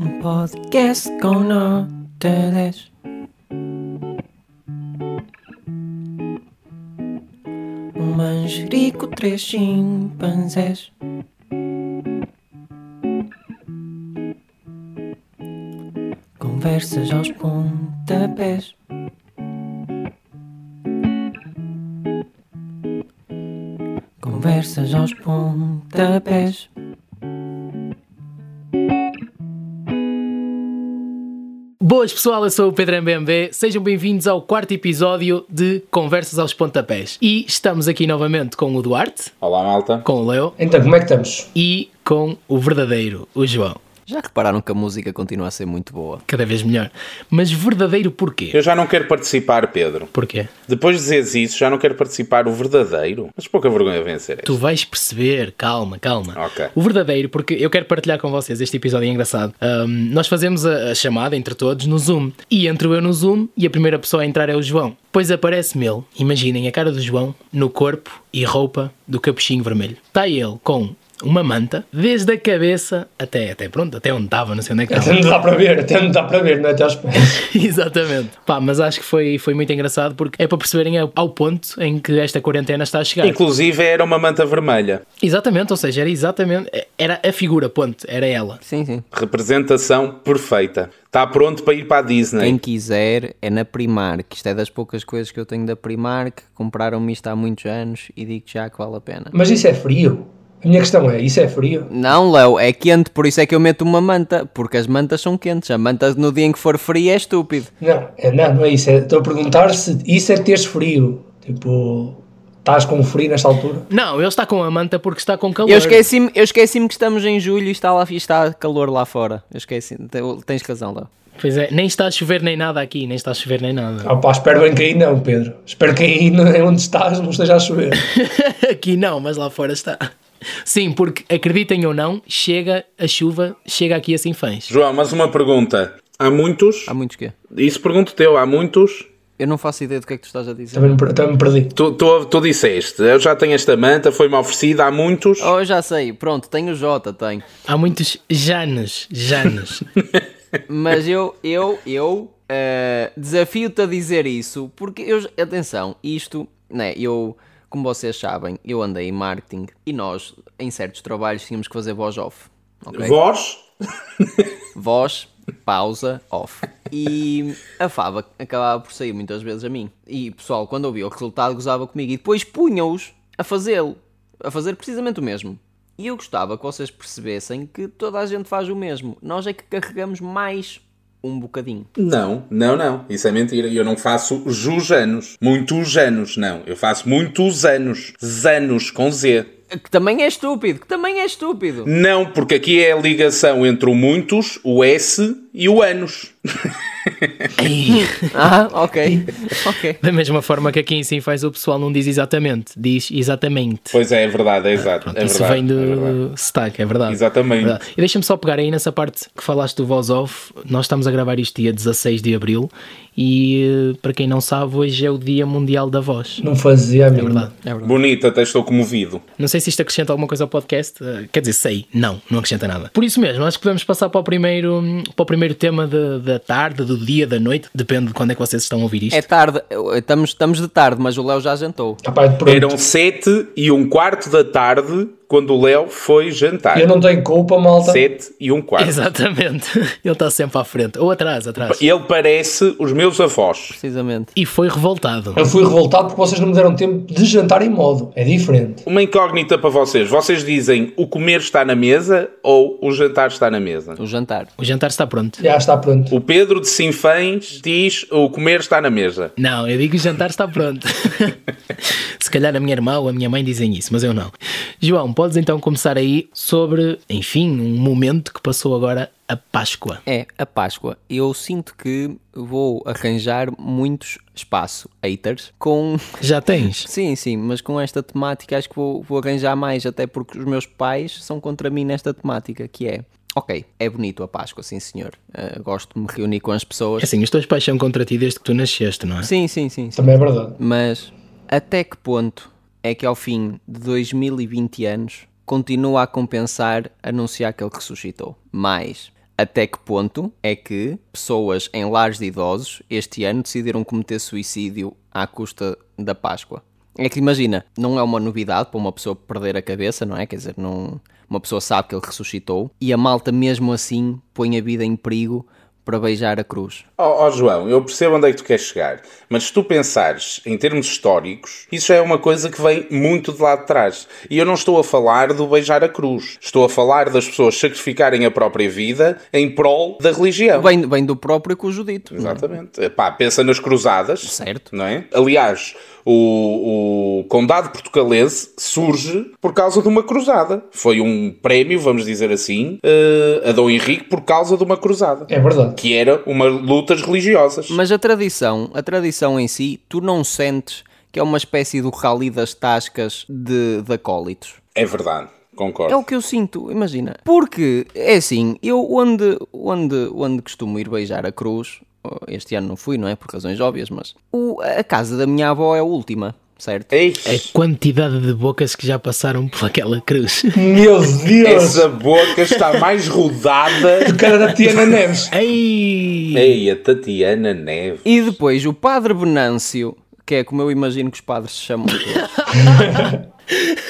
Um podcast com notas. Um manjerico, três chimpanzés. Conversas aos pontapés. Conversas aos pontapés. Boas pessoal, eu sou o Pedro MBMB, sejam bem-vindos ao quarto episódio de Conversas aos Pontapés. E estamos aqui novamente com o Duarte, Olá, malta. com o Leo Então, como é que estamos? e com o verdadeiro, o João. Já repararam que a música continua a ser muito boa? Cada vez melhor. Mas verdadeiro porquê? Eu já não quero participar, Pedro. Porquê? Depois de dizeres isso, já não quero participar o verdadeiro. Mas pouca vergonha vencer. Tu vais perceber, calma, calma. Ok. O verdadeiro, porque eu quero partilhar com vocês este episódio é engraçado. Ahm, nós fazemos a, a chamada entre todos no Zoom. E entro eu no Zoom e a primeira pessoa a entrar é o João. Pois aparece-me ele, imaginem a cara do João, no corpo e roupa do capuchinho vermelho. Está ele com uma manta, desde a cabeça até, até pronto, até onde estava, não sei onde é que Até estava. não dá para ver, até não dá para ver, não é? Até aos pés. Exatamente. Pá, mas acho que foi, foi muito engraçado porque é para perceberem ao, ao ponto em que esta quarentena está a chegar. Inclusive, é era uma manta vermelha. Exatamente, ou seja, era exatamente. Era a figura, ponto, era ela. Sim, sim. Representação perfeita. Está pronto para ir para a Disney. Quem quiser é na Primark. Isto é das poucas coisas que eu tenho da Primark. Compraram-me isto há muitos anos e digo já que vale a pena. Mas isso é frio. A minha questão é, isso é frio? Não, Léo, é quente, por isso é que eu meto uma manta, porque as mantas são quentes. A manta no dia em que for fria é estúpido. Não, é, não, não é isso. É- Estou a perguntar se isso é teres frio. Tipo, estás com frio nesta altura? Não, ele está com a manta porque está com calor. Eu esqueci-me eu esqueci que estamos em julho e está, lá, e está calor lá fora. Eu esqueci. Te- Tens razão, Léo. Pois é, nem está a chover nem nada aqui, nem está a chover nem nada. Ah pá, espero bem que aí não, Pedro. Espero que aí não, é onde estás não esteja a chover. aqui não, mas lá fora está. Sim, porque acreditem ou não, chega a chuva, chega aqui assim fãs. João, mas uma pergunta. Há muitos. Há muitos quê? Isso pergunto teu. Há muitos. Eu não faço ideia do que é que tu estás a dizer. Também, me per- também me perdi. Tu, tu, tu disseste. Eu já tenho esta manta. Foi-me oferecida. Há muitos. Oh, já sei. Pronto, tenho o Jota, tenho. Há muitos Janos, Janos. Mas eu, eu, eu eh, desafio-te a dizer isso, porque eu, atenção, isto, né, eu, como vocês sabem, eu andei em marketing e nós, em certos trabalhos, tínhamos que fazer voz off. ok? Vós. voz, pausa, off. E a fava acabava por sair muitas vezes a mim. E o pessoal, quando ouvia o resultado, gozava comigo. E depois punham-os a fazê-lo. A fazer precisamente o mesmo. E eu gostava que vocês percebessem que toda a gente faz o mesmo. Nós é que carregamos mais um bocadinho. Não, não, não. Isso é mentira. Eu não faço jus anos. Muitos anos, não. Eu faço muitos anos. Zanos com Z. Que também é estúpido, que também é estúpido. Não, porque aqui é a ligação entre o muitos, o S e o anos. Ai. Ah, ok. Ok. Da mesma forma que aqui em sim faz o pessoal não diz exatamente, diz exatamente. Pois é, é verdade, é exato. é Isso verdade, vem é verdade. do sotaque, é verdade. Exatamente. É verdade. E deixa-me só pegar aí nessa parte que falaste do voz off. Nós estamos a gravar isto dia 16 de abril e eh, para quem não sabe, hoje é o Dia Mundial da Voz. Não fazia a mínima. Verdade. Bonito, até estou comovido. Não sei se isto acrescenta alguma coisa ao podcast. eh, Quer dizer, sei, não, não acrescenta nada. Por isso mesmo, acho que podemos passar para o primeiro, hum, para o primeiro tema de- da tarde, do dia, da noite. Depende de quando é que vocês estão a ouvir isto. É tarde, eu- estamos, estamos de tarde, mas o Léo já jantou. Ah pá, pronto. Eram sete e um quarto da tarde quando o Léo foi jantar. Eu não tenho culpa, malta. Sete e um quarto. Exatamente. Ele está sempre à frente. Ou atrás, atrás. Ele parece os meus avós. Precisamente. E foi revoltado. Eu fui revoltado porque vocês não me deram tempo de jantar em modo. É diferente. Uma incógnita para vocês. Vocês dizem o comer está na mesa ou o jantar está na mesa? O jantar. O jantar está pronto. Já está pronto. O Pedro de Sinfãs diz o comer está na mesa. Não, eu digo o jantar está pronto. Se calhar a minha irmã ou a minha mãe dizem isso, mas eu não. João, podes então começar aí sobre, enfim, um momento que passou agora a Páscoa. É, a Páscoa. Eu sinto que vou arranjar muitos espaço haters com. Já tens? Sim, sim, mas com esta temática acho que vou, vou arranjar mais, até porque os meus pais são contra mim nesta temática, que é. Ok, é bonito a Páscoa, sim senhor. Ah, gosto de me reunir com as pessoas. Assim, os teus pais são contra ti desde que tu nasceste, não é? Sim, sim, sim. sim. Também é verdade. Mas até que ponto é que ao fim de 2020 anos continua a compensar anunciar que ele ressuscitou? Mais. até que ponto é que pessoas em lares de idosos este ano decidiram cometer suicídio à custa da Páscoa. É que imagina, não é uma novidade para uma pessoa perder a cabeça, não é? Quer dizer, não, uma pessoa sabe que ele ressuscitou e a malta mesmo assim põe a vida em perigo para beijar a cruz. Ó ó, João, eu percebo onde é que tu queres chegar, mas se tu pensares em termos históricos, isso já é uma coisa que vem muito de lá de trás. E eu não estou a falar do beijar a cruz. Estou a falar das pessoas sacrificarem a própria vida em prol da religião. Vem, vem do próprio que o Judito. não é? Exatamente. Pá, pensa nas cruzadas. Certo. Não é? Aliás, o, o Condado Portucalense surge por causa de uma cruzada. Foi um prémio, vamos dizer assim, eh, a Dom Henrique por causa de uma cruzada. É verdade. Que era uma lutas religiosas. Mas a tradição, a tradição em si, tu não sentes que é uma espécie do rally das tascas de, de acólitos? É verdade, concordo. É o que eu sinto, imagina. Porque, é assim, eu onde, onde, onde costumo ir beijar a cruz, oh, este ano não fui, não é? Por razões óbvias, mas o- a casa da minha avó é a última, certo? Ei, A quantidade de bocas que já passaram por aquela cruz. Meu É Deus! essa boca está mais rodada. O cara da Tiana Neves. Ei! Ei, a Tatiana Neve. E depois o padre Venâncio, que é como eu imagino que os padres se chamam todos.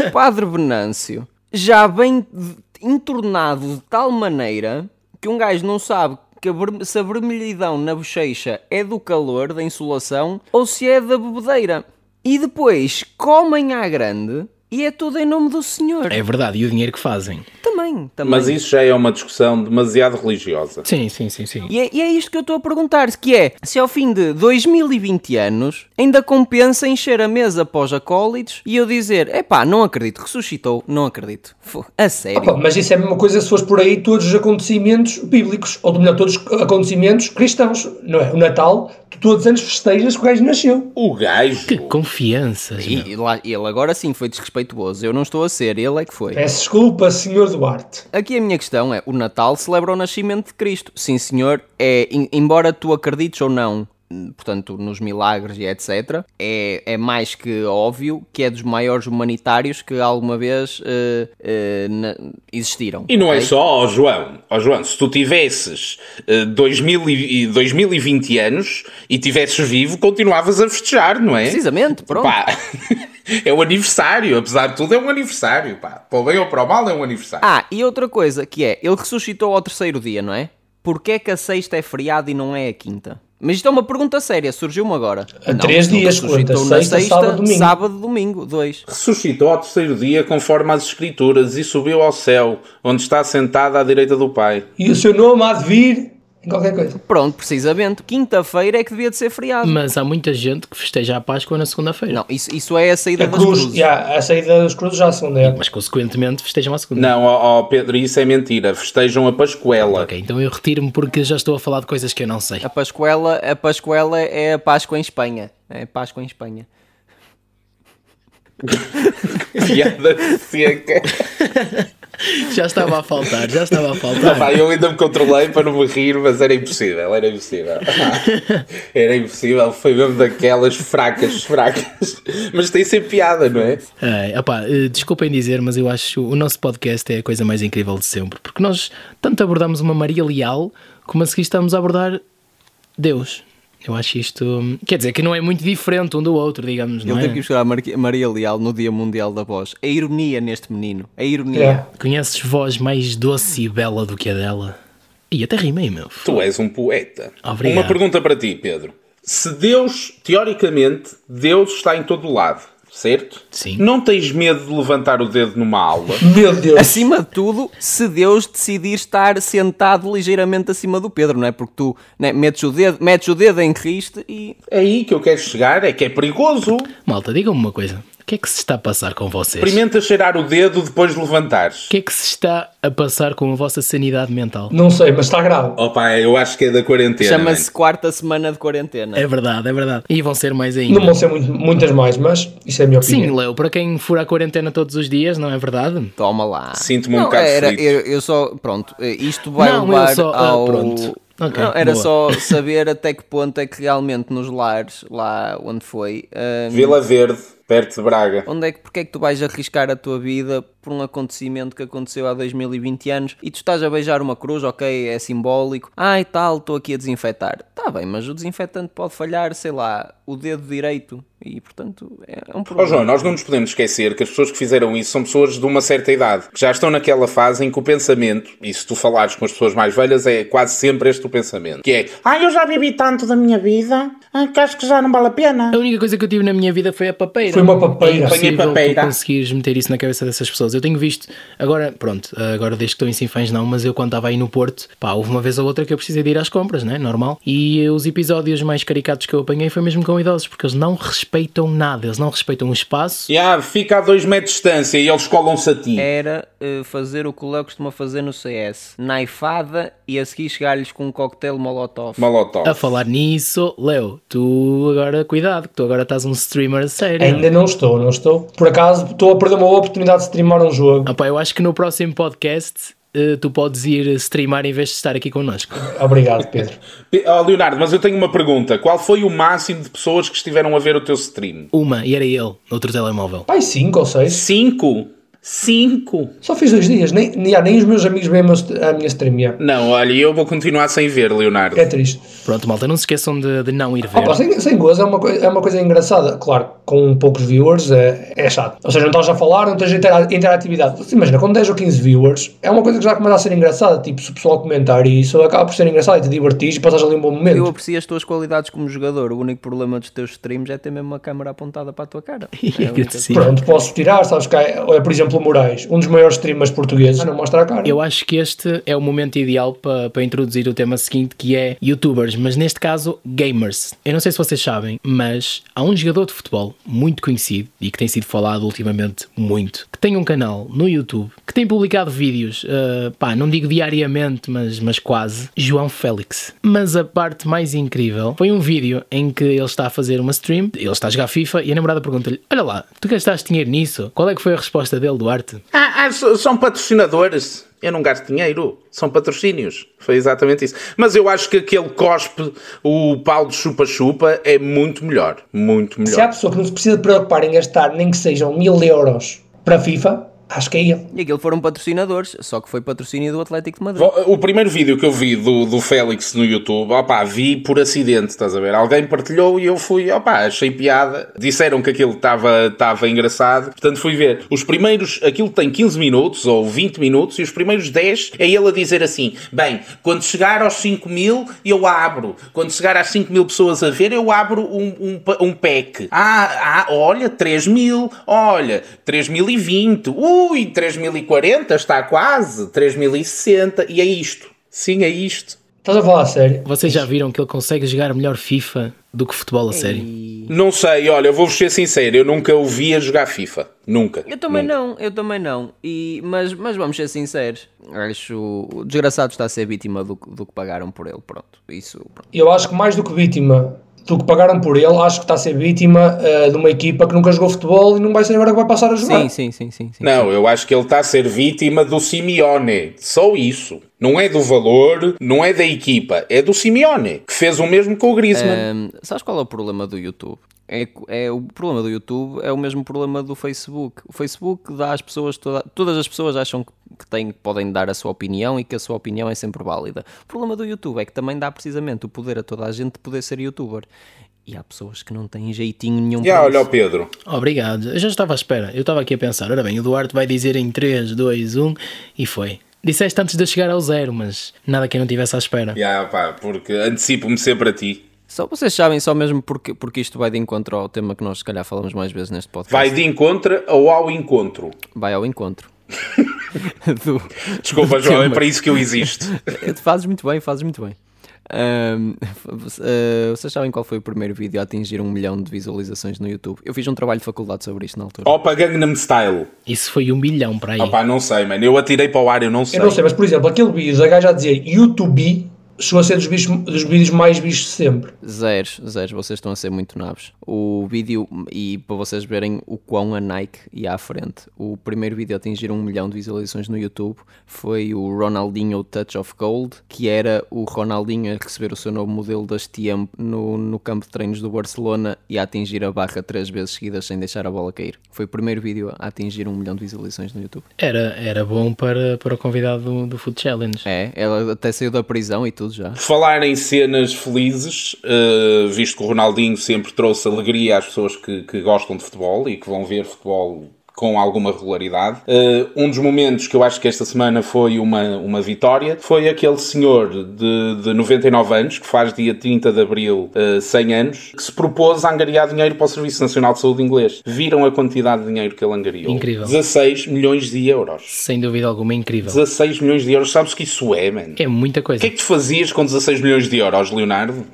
O padre Venâncio já vem de- entornado de tal maneira que um gajo não sabe que a verme- se a vermelhidão na bochecha é do calor, da insolação, ou se é da bebedeira. E depois comem à grande e é tudo em nome do Senhor. É verdade, e o dinheiro que fazem. Também, também. Mas isso já é uma discussão demasiado religiosa. Sim, sim, sim, sim. E é, e é isto que eu estou a perguntar, que é, se ao fim de 2020 anos ainda compensa encher a mesa após acólitos e eu dizer, epá, não acredito, ressuscitou, não acredito. Fô, a sério. Opa, mas isso é a mesma coisa se fores por aí todos os acontecimentos bíblicos, ou melhor, todos os acontecimentos cristãos, não é? O Natal, tu todos os anos festejas que o gajo nasceu. O gajo. Que confiança. E, e lá- ele agora sim foi desrespeituoso, eu não estou a ser, ele é que foi. Peço desculpa, senhor Duarte. Aqui a minha questão é, o Natal celebra o nascimento de Cristo. Sim, senhor, é, em- embora tu acredites ou não, hum, portanto, nos milagres e etc, é, é mais que óbvio que é dos maiores humanitários que alguma vez eh, eh, na- existiram. E não é ok? só, ó João, ó João, se tu tivesses eh, 2000 e, e 2020 anos e tivesses vivo, continuavas a festejar, não é? Precisamente, pronto. Pá, é um aniversário, apesar de tudo é um aniversário, pá. Para o bem ou para o mal é um aniversário. Ah, e outra coisa que é, ele ressuscitou ao terceiro dia, não é? Porquê é que a sexta é feriado e não é a quinta? Mas isto é uma pergunta séria, surgiu-me agora. A três ele dias, ressuscitou conta, sexta, sábado, domingo. sábado, domingo, dois. Ressuscitou ao terceiro dia conforme as escrituras e subiu ao céu, onde está sentado à direita do Pai. E o seu nome há de vir em qualquer coisa. Pronto, precisamente. Quinta-feira é que devia de ser feriado. Mas há muita gente que festeja a Páscoa na segunda-feira. Não, isso, isso é a saída A das cruz, cruzes. já, a saída das cruzes já são dela. Mas consequentemente festejam à segunda. Não, ó, ó, Pedro, isso é mentira. Festejam a Pascoela. Ok, então eu retiro-me porque já estou a falar de coisas que eu não sei. A Pascuela, a Pascuela é a Páscoa em Espanha. É a Páscoa em Espanha. Piada seca. Ah, Já estava a faltar, já estava a Ah, faltar. pá, eu ainda me controlei para não me rir, mas era impossível, era impossível. Era impossível, foi mesmo daquelas fracas, fracas. Mas tem sempre piada, não é? Ai, opá, eh, desculpem dizer, mas eu acho o nosso podcast é a coisa mais incrível de sempre, porque nós tanto abordamos uma Maria Leal, como a seguir estamos a abordar Deus. Eu acho isto. Quer dizer, que não é muito diferente um do outro, digamos, Ele não teve que é? buscar a Mar- Maria Leal no Dia Mundial da Voz. A ironia neste menino. A ironia. É. Conheces voz mais doce e bela do que a dela? E até rimei, meu. Tu és um poeta. Obrigado. Uma pergunta para ti, Pedro. Se Deus, teoricamente, Deus está em todo lado, certo? Sim. Não tens medo de levantar o dedo numa aula? Meu Deus. Acima de tudo, se Deus decidir estar sentado ligeiramente acima do Pedro, não é? Porque tu né, metes, o dedo, metes o dedo em Cristo e. É aí que eu quero chegar, é que é perigoso. Malta, digam-me uma coisa. O que é que se está a passar com vocês? Experimenta cheirar o dedo depois de levantares. O que é que se está a passar com a vossa sanidade mental? Não sei, mas está grave. Opa, eu acho que é da quarentena. Chama-se quarta semana de quarentena. É verdade, é verdade. E vão ser mais ainda. Não vão ser muito- muitas mais, mas isso é a minha opinião. Sim, Leo, para quem fura a quarentena todos os dias, não é verdade? Toma lá. Sinto-me um Não, bocado era, frito. eu, eu só. Pronto, eh, isto vai Não, eu levar só- ah, ao. pronto. Ok, não, era boa. só saber até que ponto é que realmente nos lares, lá onde foi, eh, Vila Verde. perto de Braga. Onde é que, porque é que tu vais arriscar a tua vida por um acontecimento que aconteceu há 2020 anos e tu estás a beijar uma cruz, ok, é simbólico, ai tal, estou aqui a desinfetar. Está bem, mas o desinfetante pode falhar, sei lá, o dedo direito e, portanto, é um Ó problema. João, nós não nos podemos esquecer que as pessoas que fizeram isso são pessoas de uma certa idade, que já estão naquela fase em que o pensamento, e se tu falares com as pessoas mais velhas, é quase sempre este o pensamento, que é Ai, eu já vivi tanto da minha vida ah, que acho que já não vale a pena. A única coisa que eu tive na minha vida foi a papeira. Foi uma papeira. É Apanhei impossível papeira. tu conseguires meter isso na cabeça dessas pessoas. Eu tenho visto, agora, pronto, agora desde que estou em Sinfãs não, mas eu quando estava aí no Porto, pá, houve uma vez ou outra que eu precisei de ir às compras, né? Normal. E os episódios mais caricatos que eu apanhei foi mesmo com idosos, porque eles não respeitam nada, eles não respeitam o espaço. "Ya, ah, fica a dois metros de distância e eles colam-se a ti. Era eh, fazer o que o Léo costuma fazer no CS, naifada e a seguir chegar-lhes com um coquetel molotov. Molotov. A falar nisso, Leo, tu agora, cuidado, que tu agora estás um streamer a sério. Ainda não estou, não estou. Por acaso, estou a perder uma boa oportunidade de streamar um jogo. Ah, pá, eu acho que no próximo podcast eh, tu podes ir streamar em vez de estar aqui connosco. Obrigado, Pedro. Pe- ó, Leonardo, mas eu tenho uma pergunta. Qual foi o máximo de pessoas que estiveram a ver o teu stream? Uma, e era ele, noutro telemóvel. Pai, cinco ou seis. Cinco? Cinco? Só fiz dois dias. Nem, nem, ah, nem os meus amigos veem a meu- a minha stream. já. Não, olha, eu vou continuar sem ver, Leonardo. É triste. Pronto, malta, não se esqueçam de, de não ir ver. Opa, sem, sem gozo é uma, coi- é uma coisa engraçada. Claro, com poucos viewers é, é chato. Ou seja, não estás a falar, não tens intera- interatividade. Você imagina, com 10 ou 15 viewers, é uma coisa que já começa a ser engraçada. Tipo, se o pessoal comentar e isso acaba por ser engraçado e te divertis e passas ali um bom Eu momento. aprecio as tuas qualidades como jogador. O único problema dos teus streams é ter mesmo uma câmera apontada para a tua cara. E É a única agradecia. Pronto, posso tirar, sabes que há- olha, por exemplo, o Moraes, um dos maiores streamers portugueses, não mostra a cara. Eu acho que este é o momento ideal para, para introduzir o tema seguinte, que é youtubers, mas neste caso gamers. Eu não sei se vocês sabem, mas há um jogador de futebol muito conhecido e que tem sido falado ultimamente muito, que tem um canal no YouTube que tem publicado vídeos, eh, pá, não digo diariamente, mas, mas quase, João Félix. Mas a parte mais incrível foi um vídeo em que ele está a fazer uma stream, ele está a jogar FIFA e a namorada pergunta-lhe: Olha lá, tu gastaste dinheiro nisso? Qual é que foi a resposta dele, Duarte? Ah, ah, so- são patrocinadores. Eu não gasto dinheiro, são patrocínios. Foi exatamente isso. Mas eu acho que aquele cospe, o pau de chupa-chupa, é muito melhor. Muito Se há melhor. pessoa que não se precisa preocupar em gastar nem que sejam mil euros para a FIFA, acho que é ele. E aquilo foram patrocinadores, só que foi patrocínio do Atlético de Madrid. Vo- O primeiro vídeo que eu vi do, do Félix no YouTube, opá, vi por acidente, estás a ver? Alguém partilhou e eu fui, opá, achei piada. Disseram que aquilo estava estava engraçado, portanto fui ver. Os primeiros, aquilo tem 15 minutos ou 20 minutos e os primeiros 10 é ele a dizer assim, bem, quando chegar aos 5 mil eu abro, quando chegar às 5 mil pessoas a ver eu abro um, um, pa- um pack. Ah, ah, olha, 3 mil, olha, 3020, ui, 3040 está quase, 3060 e é isto. Sim, é isto. Estás a falar a sério? Vocês já viram que ele consegue jogar melhor FIFA do que futebol a sério? Não sei, olha, eu vou-vos ser sincero, eu nunca o via jogar FIFA. Nunca. Eu também Nunca. não, eu também não. E, mas, mas vamos ser sinceros. Acho o desgraçado está a ser vítima do, que- do que pagaram por ele. Pronto, isso. Pronto. Eu acho que mais do que vítima do que pagaram por ele, acho que está a ser vítima ah, de uma equipa que nunca jogou futebol e não vai ser agora que vai passar a jogar. Sim, sim, sim, sim. sim. Não, eu acho que ele está a ser vítima do Simeone. Só isso. Não é do valor, não é da equipa, é do Simeone, que fez o mesmo com o Griezmann. Hum, sabes qual é o problema do YouTube? É, co- é o problema do YouTube é o mesmo problema do Facebook. O Facebook dá às pessoas toda- todas as pessoas acham que, que têm, que podem dar a sua opinião e que a sua opinião é sempre válida. O problema do YouTube é que também dá precisamente o poder a toda a gente de poder ser YouTuber. E há pessoas que não têm jeitinho nenhum e ah, para olha o isso. Pedro. Obrigado, eu já estava à espera, eu estava aqui a pensar. Ora bem, o Duarte vai dizer em 3, 2, 1 e foi. Disseste antes de eu chegar ao zero, mas nada que eu não estivesse à espera. Ya, pá, porque antecipo-me sempre a ti. Só vocês sabem só mesmo porque, porque isto vai de encontro ao tema que nós se calhar falamos mais vezes neste podcast. Vai de encontro ou ao encontro. Vai ao encontro. do, Desculpa, João, é tema. para isso que eu existo. Fazes muito bem, fazes muito bem. Ahm, eh, vocês sabem qual foi o primeiro vídeo a atingir um milhão de visualizações no YouTube? Eu fiz um trabalho de faculdade sobre isto na altura. Opa Gangnam Style. Isso foi um milhão para aí. Opa, não sei, mano. Eu atirei para o ar, eu não sei. Eu não sei, mas por exemplo, aquele vídeo da gaja a dizer YouTube chegou a ser dos, bichos, dos vídeos mais bichos de sempre. Zeros, zeros, vocês estão a ser muito nabos. O vídeo, e para vocês verem o quão a Nike ia à frente, o primeiro vídeo a atingir um milhão de visualizações no YouTube foi o Ronaldinho Touch of Gold, que era o Ronaldinho a receber o seu novo modelo das TM no, no campo de treinos do Barcelona e a atingir a barra três vezes seguidas sem deixar a bola cair. Foi o primeiro vídeo a atingir um milhão de visualizações no YouTube. Era, era bom para, para o convidado do, do Food Challenge. É, ela até saiu da prisão e tudo já. Por falar em cenas felizes, eh, visto que o Ronaldinho sempre trouxe alegria às pessoas que, que gostam de futebol e que vão ver futebol com alguma regularidade. eh, um dos momentos que eu acho que esta semana foi uma, uma vitória foi aquele senhor de, de 99 anos, que faz dia 30 de abril eh, 100 anos, que se propôs a angariar dinheiro para o Serviço Nacional de Saúde inglês. Viram a quantidade de dinheiro que ele angariou? Incrível. 16 milhões de euros. Sem dúvida alguma, incrível. 16 milhões de euros, sabes o que isso é, mano? É muita coisa. O que é que tu fazias com 16 milhões de euros, Leonardo?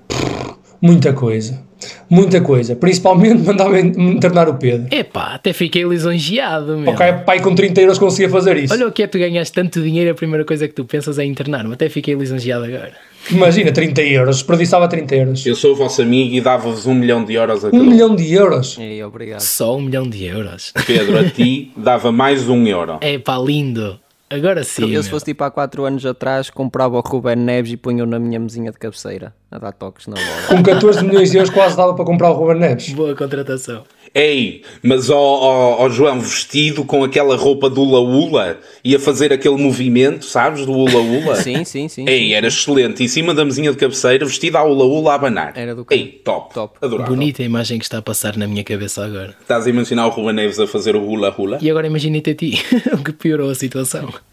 Muita coisa. Muita coisa. Principalmente mandava internar o Pedro. Epá, até fiquei lisonjeado, meu. O cara, pai com 30 euros conseguia fazer isso. Olha o que é que tu ganhaste tanto dinheiro, a primeira coisa que tu pensas é internar-me. Até fiquei lisonjeado agora. Imagina, 30 euros. Desperdiçava 30 euros. Eu sou o vosso amigo e dava-vos um milhão de euros a cada Um um. milhão de euros. E obrigado. Só um milhão de euros. Pedro, a ti dava mais um euro. Epá, lindo. Agora sim. eu, se meu. fosse tipo há 4 anos atrás, comprava o Ruben Neves e punha-o na minha mesinha de cabeceira a dar toques na bola. Com 14 milhões de euros quase dava para comprar o Ruben Neves. Boa contratação. Ei, mas ó ó- ó João, vestido com aquela roupa do Laula e a fazer aquele movimento, sabes, do Ula Ula? Sim, sim, sim. Ei, era excelente. Em cima da mesinha de cabeceira, vestido ao Ula Ula a abanar. Era do Ei, top. Top. Adorava. Bonita a imagem que está a passar na minha cabeça agora. Estás a imaginar o Ruben Neves a fazer o Ula Ula? E agora imagina-te a ti, o que piorou a situação.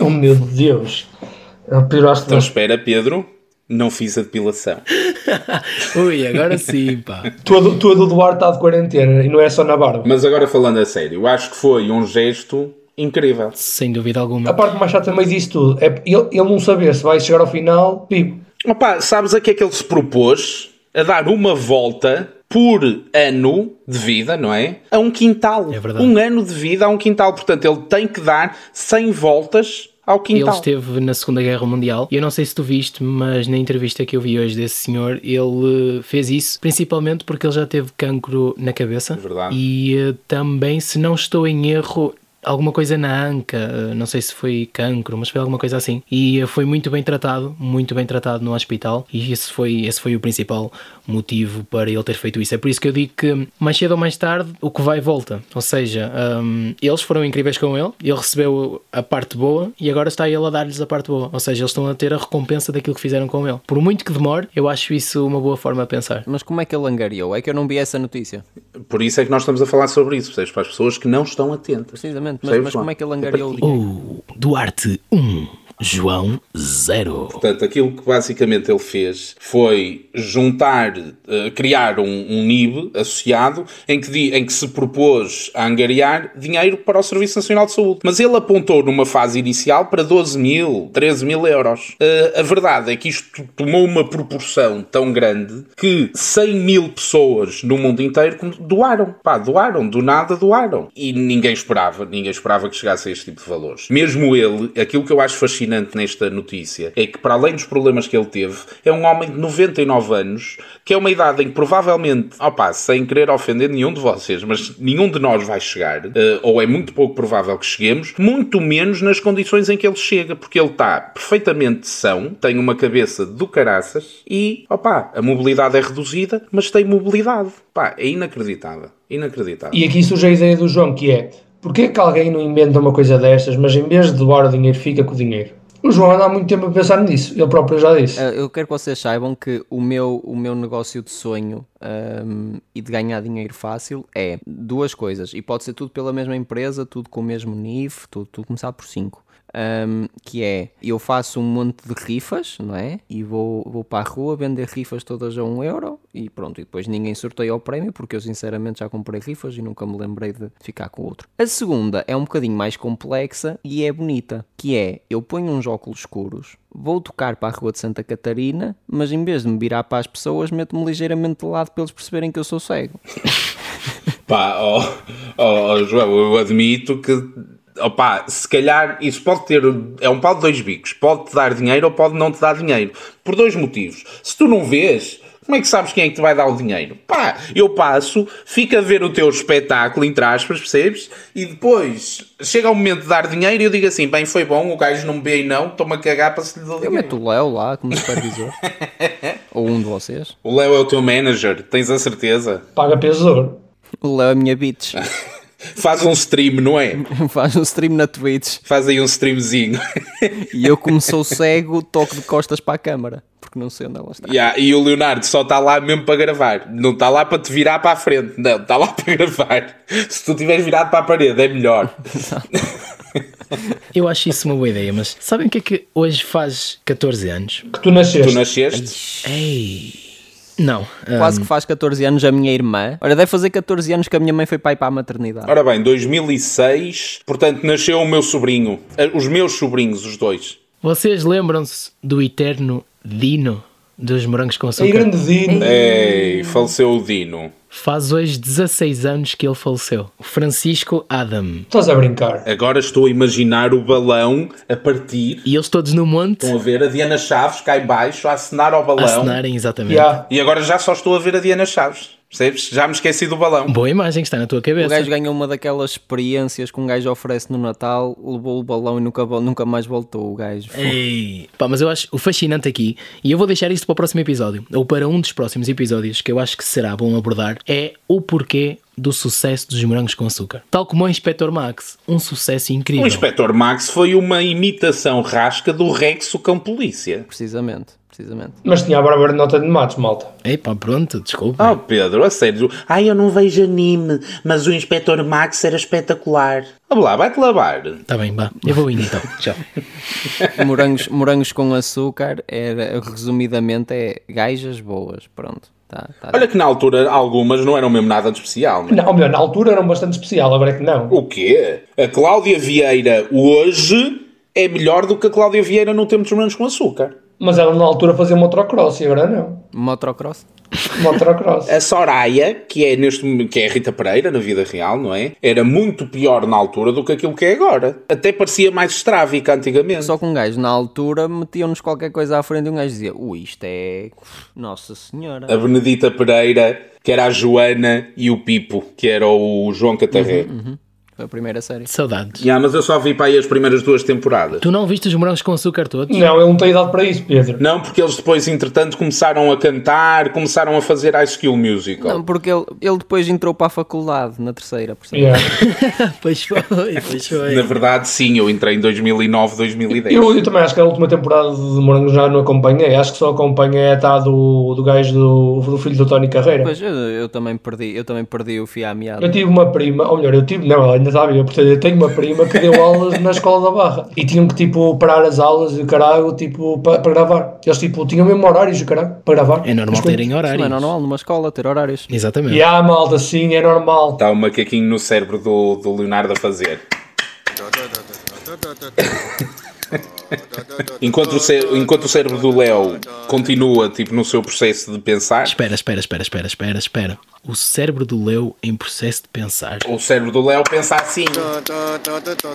Oh meu Deus. Pioraste Então espera, Pedro, não fiz a depilação. Ui, agora sim, pá. todo, todo o Duarte está de quarentena e não é só na barba. Mas agora falando a sério, eu acho que foi um gesto incrível. Sem dúvida alguma. A parte mais chata também disso tudo é ele, ele não saber se vai chegar ao final, pipo. Opa, sabes a que é que ele se propôs? A dar uma volta por ano de vida, não é? A um quintal. É verdade. Um ano de vida a um quintal. Portanto, ele tem que dar 100 voltas ao Ele quintal. esteve na Segunda Guerra Mundial. Eu não sei se tu viste, mas na entrevista que eu vi hoje desse senhor, ele eh, fez isso principalmente porque ele já teve cancro na cabeça. verdade. E eh, também, se não estou em erro, alguma coisa na anca, eh, não sei se foi cancro, mas foi alguma coisa assim. E eh, foi muito bem tratado, muito bem tratado no hospital. E esse foi, esse foi o principal motivo para ele ter feito isso. É por isso que eu digo que mais cedo ou mais tarde o que vai volta. Ou seja, hum, eles foram incríveis com ele, ele recebeu a parte boa e agora está ele a dar-lhes a parte boa. Ou seja, eles estão a ter a recompensa daquilo que fizeram com ele. Por muito que demore, eu acho isso uma boa forma a pensar. Mas como é que ele angariou? É que eu não vi essa notícia, Por isso é que nós estamos a falar sobre isso, percebes? Para as pessoas que não estão atentas. precisamente. Mas, Percebes, mas João? como é que ele angariou o dinheiro? O Duarte 1, João 0. Portanto, aquilo que basicamente ele fez foi juntar, eh, criar um, um NIB associado em que, di- em que se propôs a angariar dinheiro para o Serviço Nacional de Saúde. Mas ele apontou numa fase inicial para 12 mil, 13 mil euros. Eh, a verdade é que isto tomou uma proporção tão grande que 100 mil pessoas no mundo inteiro com- doaram. Pá, doaram, do nada doaram. E ninguém esperava, ninguém esperava que chegasse a este tipo de valores. Mesmo ele, aquilo que eu acho fascinante nesta notícia é que, para além dos problemas que ele teve, é um homem de 99 anos, que é uma idade em que provavelmente, opá, sem querer ofender nenhum de vocês, mas nenhum de nós vai chegar, eh, ou é muito pouco provável que cheguemos, muito menos nas condições em que ele chega, porque ele está perfeitamente são, tem uma cabeça do caraças e, opá, a mobilidade é reduzida, mas tem mobilidade. Pá, é inacreditável. Inacreditável. E aqui surge a ideia do João, que é porquê que alguém não inventa uma coisa destas, mas em vez de doar o dinheiro, fica com o dinheiro? O João anda há muito tempo a pensar nisso, ele próprio já disse. É. Ah, Eu quero que vocês saibam que o meu, o meu negócio de sonho ahm, e de ganhar dinheiro fácil é duas coisas. E pode ser tudo pela mesma empresa, tudo com o mesmo NIF, tudo, tudo começar por 5. que é, eu faço um monte de rifas, não é? E vou, vou para a rua vender rifas todas a um euro e pronto. E depois ninguém sorteia o prémio porque eu sinceramente já comprei rifas e nunca me lembrei de ficar com outro. A segunda é um bocadinho mais complexa e é bonita, que é, eu ponho uns óculos escuros, vou tocar para a rua de Santa Catarina, mas em vez de me virar para as pessoas, meto-me ligeiramente de lado para eles perceberem que eu sou cego. Pá, ó, ó, ó, João, eu admito que opá, se calhar isso pode ter. É um pau de dois bicos. Pode te dar dinheiro ou pode não te dar dinheiro. Por dois motivos. Se tu não vês. Como é que sabes quem é que te vai dar o dinheiro? Pá, eu passo, fico a ver o teu espetáculo, entre aspas, percebes? E depois chega o momento de dar dinheiro e eu digo assim: bem, foi bom, o gajo não me vê e não, estou-me a cagar para se lhe dar Eu dinheiro. meto o Léo lá como supervisor. Ou um de vocês. O Léo é o teu manager, tens a certeza? Paga peso de ouro. O Léo é a minha bitch. Faz um stream, não é? Faz um stream na Twitch. Faz aí um streamzinho. E eu, como sou cego, toco de costas para a câmara. Porque não sei onde ela está. Yeah, e o Leonardo só está lá mesmo para gravar. Não está lá para te virar para a frente. Não, está lá para gravar. Se tu tiveres virado para a parede, é melhor. Eu acho isso uma boa ideia, mas sabem o que é que hoje faz 14 anos? Que tu nasceste. Tu nasceste? Não. ah, Hum. Quase que faz 14 anos a minha irmã. Olha, deve fazer 14 anos que a minha mãe foi pai para a maternidade. Ora bem, 2006, portanto, nasceu o meu sobrinho. Eh, Os meus sobrinhos, os dois. Vocês lembram-se do eterno Dino dos Morangos com Aí Açúcar? grande Dino. É. Ei, faleceu o Dino. Faz hoje 16 anos que ele faleceu. O Francisco Adam. Estás a brincar. Agora estou a imaginar o balão a partir. E eles todos no monte Estão a ver a Diana Chaves cá em baixo a acenar ao a balão. assinarem É. exatamente. Yeah. E agora já só estou a ver a Diana Chaves. Percebes? Já me esqueci do balão. Boa imagem que está na tua O cabeça. gajo ganhou uma daquelas experiências que um gajo oferece no Natal, levou o balão e nunca, vol- nunca mais voltou o gajo. É. Ei. Pá, mas eu acho o fascinante aqui, e eu vou deixar isto para o próximo episódio, ou para um dos próximos episódios que eu acho que será bom abordar, é o porquê do sucesso dos morangos com açúcar. Tal como o Inspector Max, um sucesso incrível. O Inspector Max foi uma imitação rasca do Rex, o cão polícia. Precisamente, precisamente. Mas tinha a Bárbara de Nota de Matos, malta. Ei, pá, pronto, desculpa. Oh, Pedro, a sério. Ai, eu não vejo anime, mas o Inspector Max era espetacular. Vamos lá, vai-te lavar. Tá bem, vá. Eu vou indo então. Tchau. Morangos, morangos com açúcar, era, resumidamente, é gajas boas. Pronto, tá, tá. Olha que na altura algumas não eram mesmo nada de especial, né? Não, ou melhor, na altura eram bastante especial, agora é que não. O quê? A Cláudia Vieira hoje é melhor do que a Cláudia Vieira no tempo dos Morangos com Açúcar. Mas ela na altura fazia motocross e agora não. Motocross? Motocross. A Soraya, que é, neste, momento- que é a Rita Pereira na vida real, não é? Era muito pior na altura do que aquilo que é agora. Até parecia mais estrávica antigamente. Só que um gajo, na altura, metiam-nos qualquer coisa à frente e um gajo dizia: Ui, isto é. Nossa Senhora. a Benedita Pereira, que era a Joana, e o Pipo, que era o João Catarré. Foi a primeira série. Saudades. Yeah, mas eu só vi para aí as primeiras duas temporadas. Tu não viste os morangos com açúcar todos? Não, ele não tem idade para isso, Pedro. Não, porque eles depois, entretanto, começaram a cantar, começaram a fazer High School Musical. Não, porque ele, ele depois entrou para a faculdade, na terceira, é percebes? Yeah. Pois foi, pois Na foi. verdade, sim, eu entrei em 2009, 2010. Eu, eu também acho que a última temporada de Morangos já não acompanhei. Acho que só acompanhei a tá do, do gajo do, do filho do Tony Carreira. Pois eu, eu também perdi, eu também perdi o fio à meada. Eu tive uma prima, ou melhor, eu tive, não, ela ainda sabe, eu, portanto, eu tenho uma prima que deu aulas na escola da Barra e tinham que, tipo, parar as aulas e o caralho, tipo, para, para gravar. Eles, tipo, tinham mesmo horários, o caralho, para gravar. É normal terem Isso horários. não é normal numa escola ter horários. Exatamente. E há malta, sim, é normal. Está o macaquinho no cérebro do, do Leonardo a fazer. Enquanto o, cé- enquanto o cérebro do Léo continua tipo, no seu processo de pensar, Espera, espera, espera, espera, espera, espera. O cérebro do Leo em processo de pensar. o cérebro do Léo pensa assim.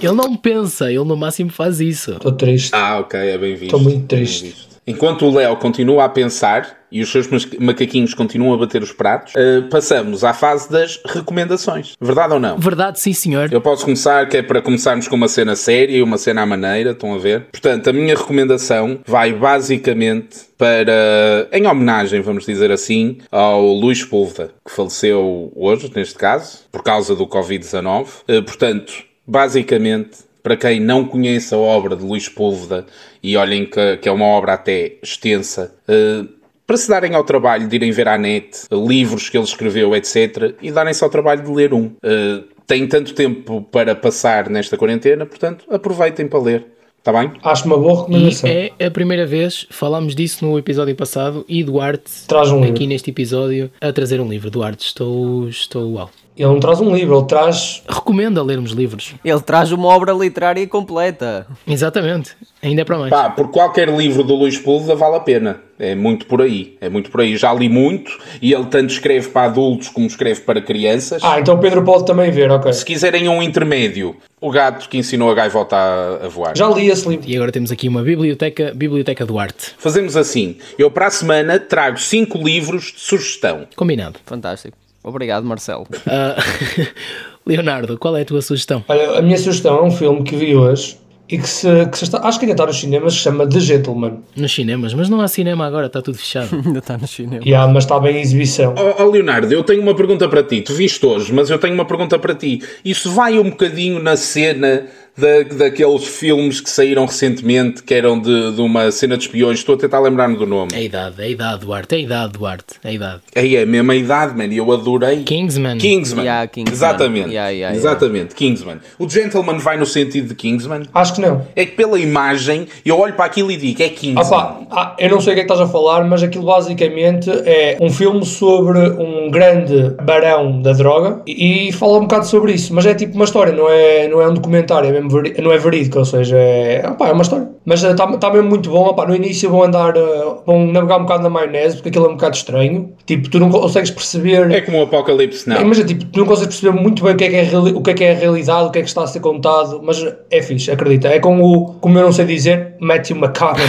Ele não pensa, ele no máximo faz isso. Estou triste. Ah, ok, é bem visto. Estou muito é bem triste. visto. Enquanto o Léo continua a pensar e os seus mas- macaquinhos continuam a bater os pratos, eh, passamos à fase das recomendações. Verdade ou não? Verdade, sim, senhor. Eu posso começar, que é para começarmos com uma cena séria e uma cena à maneira, estão a ver? Portanto, a minha recomendação vai basicamente para, em homenagem, vamos dizer assim, ao Luís Pulva, que faleceu hoje, neste caso, por causa do Covid-19. Eh, Portanto, basicamente, para quem não conhece a obra de Luís Púlveda, e olhem que, que é uma obra até extensa, eh, para se darem ao trabalho de irem ver à net eh, livros que ele escreveu, etc., e darem-se ao trabalho de ler um. Eh, Têm tanto tempo para passar nesta quarentena, portanto, aproveitem para ler. Está bem? Acho uma boa recomendação. E é a primeira vez, falámos disso no episódio passado, e Duarte Traz um aqui livro. neste episódio a trazer um livro. Duarte, estou, estou uau. Ele não traz um livro, ele traz. Recomenda lermos livros. Ele traz uma obra literária completa. Exatamente. Ainda é para mais. Pá, por qualquer livro do Luís Pulda vale a pena. É muito por aí. É muito por aí. Já li muito e ele tanto escreve para adultos como escreve para crianças. Ah, então o Pedro pode também ver, ok. Se quiserem um intermédio, o gato que ensinou a gaivota a, a voar. Já li esse livro. E agora temos aqui uma biblioteca, Biblioteca Duarte. Fazemos assim. Eu para a semana trago cinco livros de sugestão. Combinado. Fantástico. Obrigado, Marcelo. Ah, Leonardo, qual é a tua sugestão? Olha, a minha sugestão é um filme que vi hoje e que se, que se está. Acho que ainda está nos cinemas, se chama The Gentleman. Nos cinemas, mas não há cinema agora, está tudo fechado. Ainda está no cinema. E há, mas está bem em exibição. Ó oh, Leonardo, eu tenho uma pergunta para ti. Tu viste hoje, mas eu tenho uma pergunta para ti. Isso vai um bocadinho na cena da, daqueles filmes que saíram recentemente, que eram de, de uma cena de espiões. Estou a tentar lembrar-me do nome. É a idade, é a idade, Duarte, é a idade, Duarte, é a idade. Aí é a mesma idade, mano, e eu adorei. Kingsman. Kingsman. Yeah, Kingsman. Exatamente. Yeah, yeah, yeah. Exatamente, Kingsman. O Gentleman vai no sentido de Kingsman? Acho que não. É que pela imagem, eu olho para aquilo e digo, é Kingsman. Ah, pá, ah, eu não sei o que é que estás a falar, mas aquilo basicamente é um filme sobre um grande barão da droga e, e fala um bocado sobre isso, mas é tipo uma história, não é, não é um documentário, é mesmo veri- não é verídico, ou seja, é, ah, pá, é uma história. Mas está mesmo muito bom, ah, pá, no início vão andar, ah, vão navegar um bocado na maionese, porque aquilo é um bocado estranho, tipo, tu não consegues perceber... É como o Apocalipse, não. Imagina, tipo, tu não consegues perceber muito bem o que, é que é reali- o que é que é a realidade, o que é que está a ser contado, mas é fixe, acredita. É com o, como eu não sei dizer, Matthew McConaughey.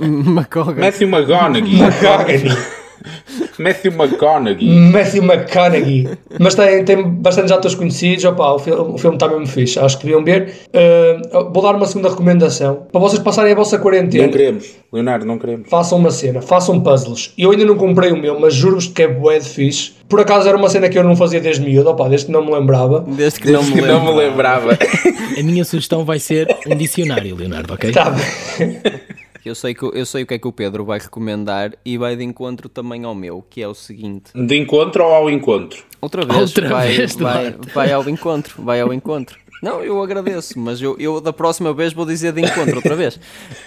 Macoga. Matthew McConaughey. McConaughey. Matthew McConaughey. Matthew McConaughey. Mas tem, tem bastantes atores conhecidos, opá, o, fil- o filme está mesmo fixe, acho que deviam ver. Ah, vou dar uma segunda recomendação, para vocês passarem a vossa quarentena. Não queremos. Leonardo, não queremos. Façam uma cena, façam puzzles. Eu ainda não comprei o meu, mas juro-vos que é bué de fixe. Por acaso era uma cena que eu não fazia desde miúdo, opá, desde que não me lembrava. Desde que não Desde me que lembro. não me lembrava. A minha sugestão vai ser um dicionário, Leonardo, ok? Tá bem. Eu sei, que, eu sei o que é que o Pedro vai recomendar e vai de encontro também ao meu, que é o seguinte. De encontro ou ao encontro? Outra vez, Outra vai, vez, vai, Duarte. vai ao encontro, vai ao encontro. Não, eu agradeço, mas eu, eu da próxima vez vou dizer de encontro outra vez.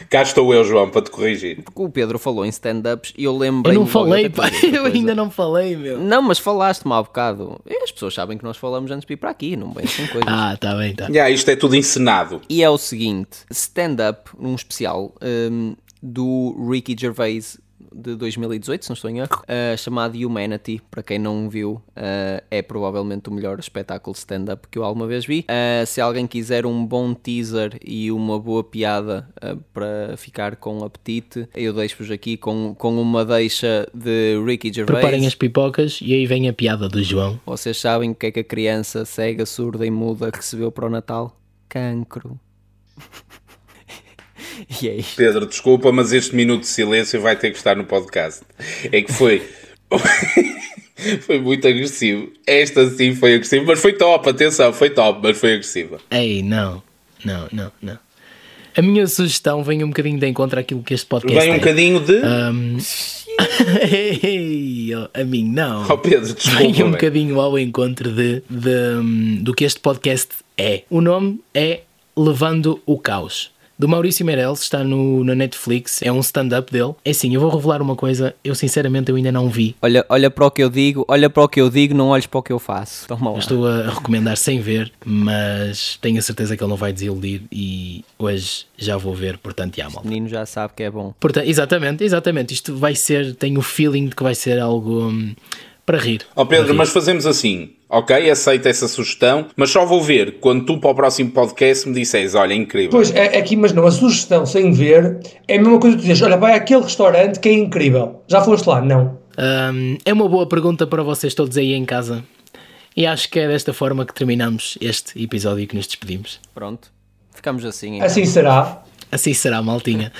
Cá estou eu, João, para te corrigir. Porque o Pedro falou em stand-ups e eu Eu lembrei. não falei, pá, eu ainda não falei, meu. Não, mas falaste-me há bocado. As pessoas sabem que nós falamos antes de ir para aqui, não bem são coisas. Ah, tá bem, tá. Já, isto é tudo encenado. E é o seguinte: stand-up, um especial hum, do Ricky Gervais de 2018, se não estou em erro, eh, chamado Humanity. Para quem não viu, eh, é provavelmente o melhor espetáculo de stand-up que eu alguma vez vi. Eh, se alguém quiser um bom teaser e uma boa piada eh, para ficar com apetite, eu deixo-vos aqui com, com uma deixa de Ricky Gervais. Preparem as pipocas e aí vem a piada do João. Vocês sabem o que é que a criança cega, surda e muda recebeu para o Natal? Cancro. e é isto. Pedro, desculpa, mas este minuto de silêncio vai ter que estar no podcast. É que foi. foi muito agressivo. Esta sim foi agressiva, mas foi top, atenção, foi top, mas foi agressiva. Ei, não, não, não, não. A minha sugestão vem um bocadinho de encontro àquilo que este podcast Vem um é. Hum, bocadinho de. Ei, oh, a mim não. Oh, Pedro, desculpa. Vem um velho. bocadinho ao encontro de, de, hum, do que este podcast é. O nome é Levando o Caos. Do Maurício Meirelles, está no, na Netflix, é um stand-up dele. É assim, eu vou revelar uma coisa, eu sinceramente eu ainda não vi. Olha, olha para o que eu digo, olha para o que eu digo, não olhes para o que eu faço. Toma lá. Eu estou a recomendar sem ver, mas tenho a certeza que ele não vai desiludir e hoje já vou ver, portanto, já, O malta. menino já sabe que é bom. Portanto, exatamente, exatamente. Isto vai ser, tenho o feeling de que vai ser algo hum, para rir. Ó Oh, Pedro, mas fazemos assim, ok? Aceita essa sugestão, mas só vou ver quando tu para o próximo podcast me disseres: olha, é incrível. Pois, é, é que não a sugestão sem ver é a mesma coisa que tu dizes, olha, vai àquele restaurante que é incrível. Já foste lá? Não. Hum, é uma boa pergunta para vocês todos aí em casa. E acho que é desta forma que terminamos este episódio e que nos despedimos. Pronto. Ficamos assim. então. Assim será. Assim será, maltinha.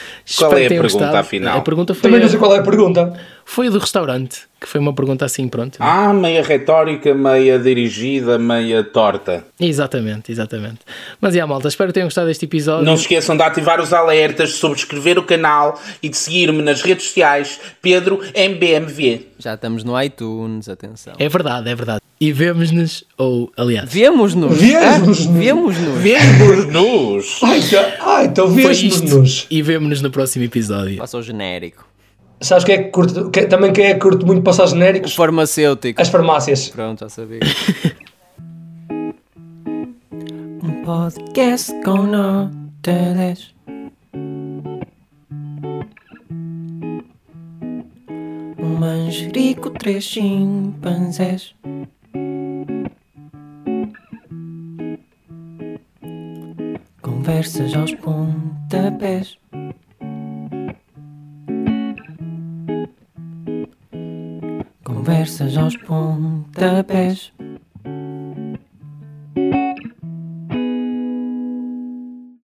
Espero Qual é a que tenham pergunta, afinal? A pergunta foi, Também não sei qual é a pergunta. foi a do restaurante, que foi uma pergunta assim, pronto. Ah, meia retórica, meia dirigida, meia torta. Exatamente, exatamente. Mas, yeah, malta, espero que tenham gostado deste episódio. Não se esqueçam de ativar os alertas, de subscrever o canal e de seguir-me nas redes sociais, Pedro MBMV. Já estamos no iTunes, atenção. É verdade, é verdade. E vemos-nos, ou aliás, Vemos-nos! Vemos-nos. Ah, Vemos-nos! Vemos-nos! Ai, então- ah, então foi isto. vês-nos. E vemos-nos no próximo episódio. Passa o genérico. Sabes quem é que curte, que- também quem é que curte muito passar O genéricos? farmacêutico. As farmácias. Pronto, já sabia. Um Podcast com nota 10. Um manjerico, três chimpanzés. Conversas aos pontapés. Conversas aos pontapés.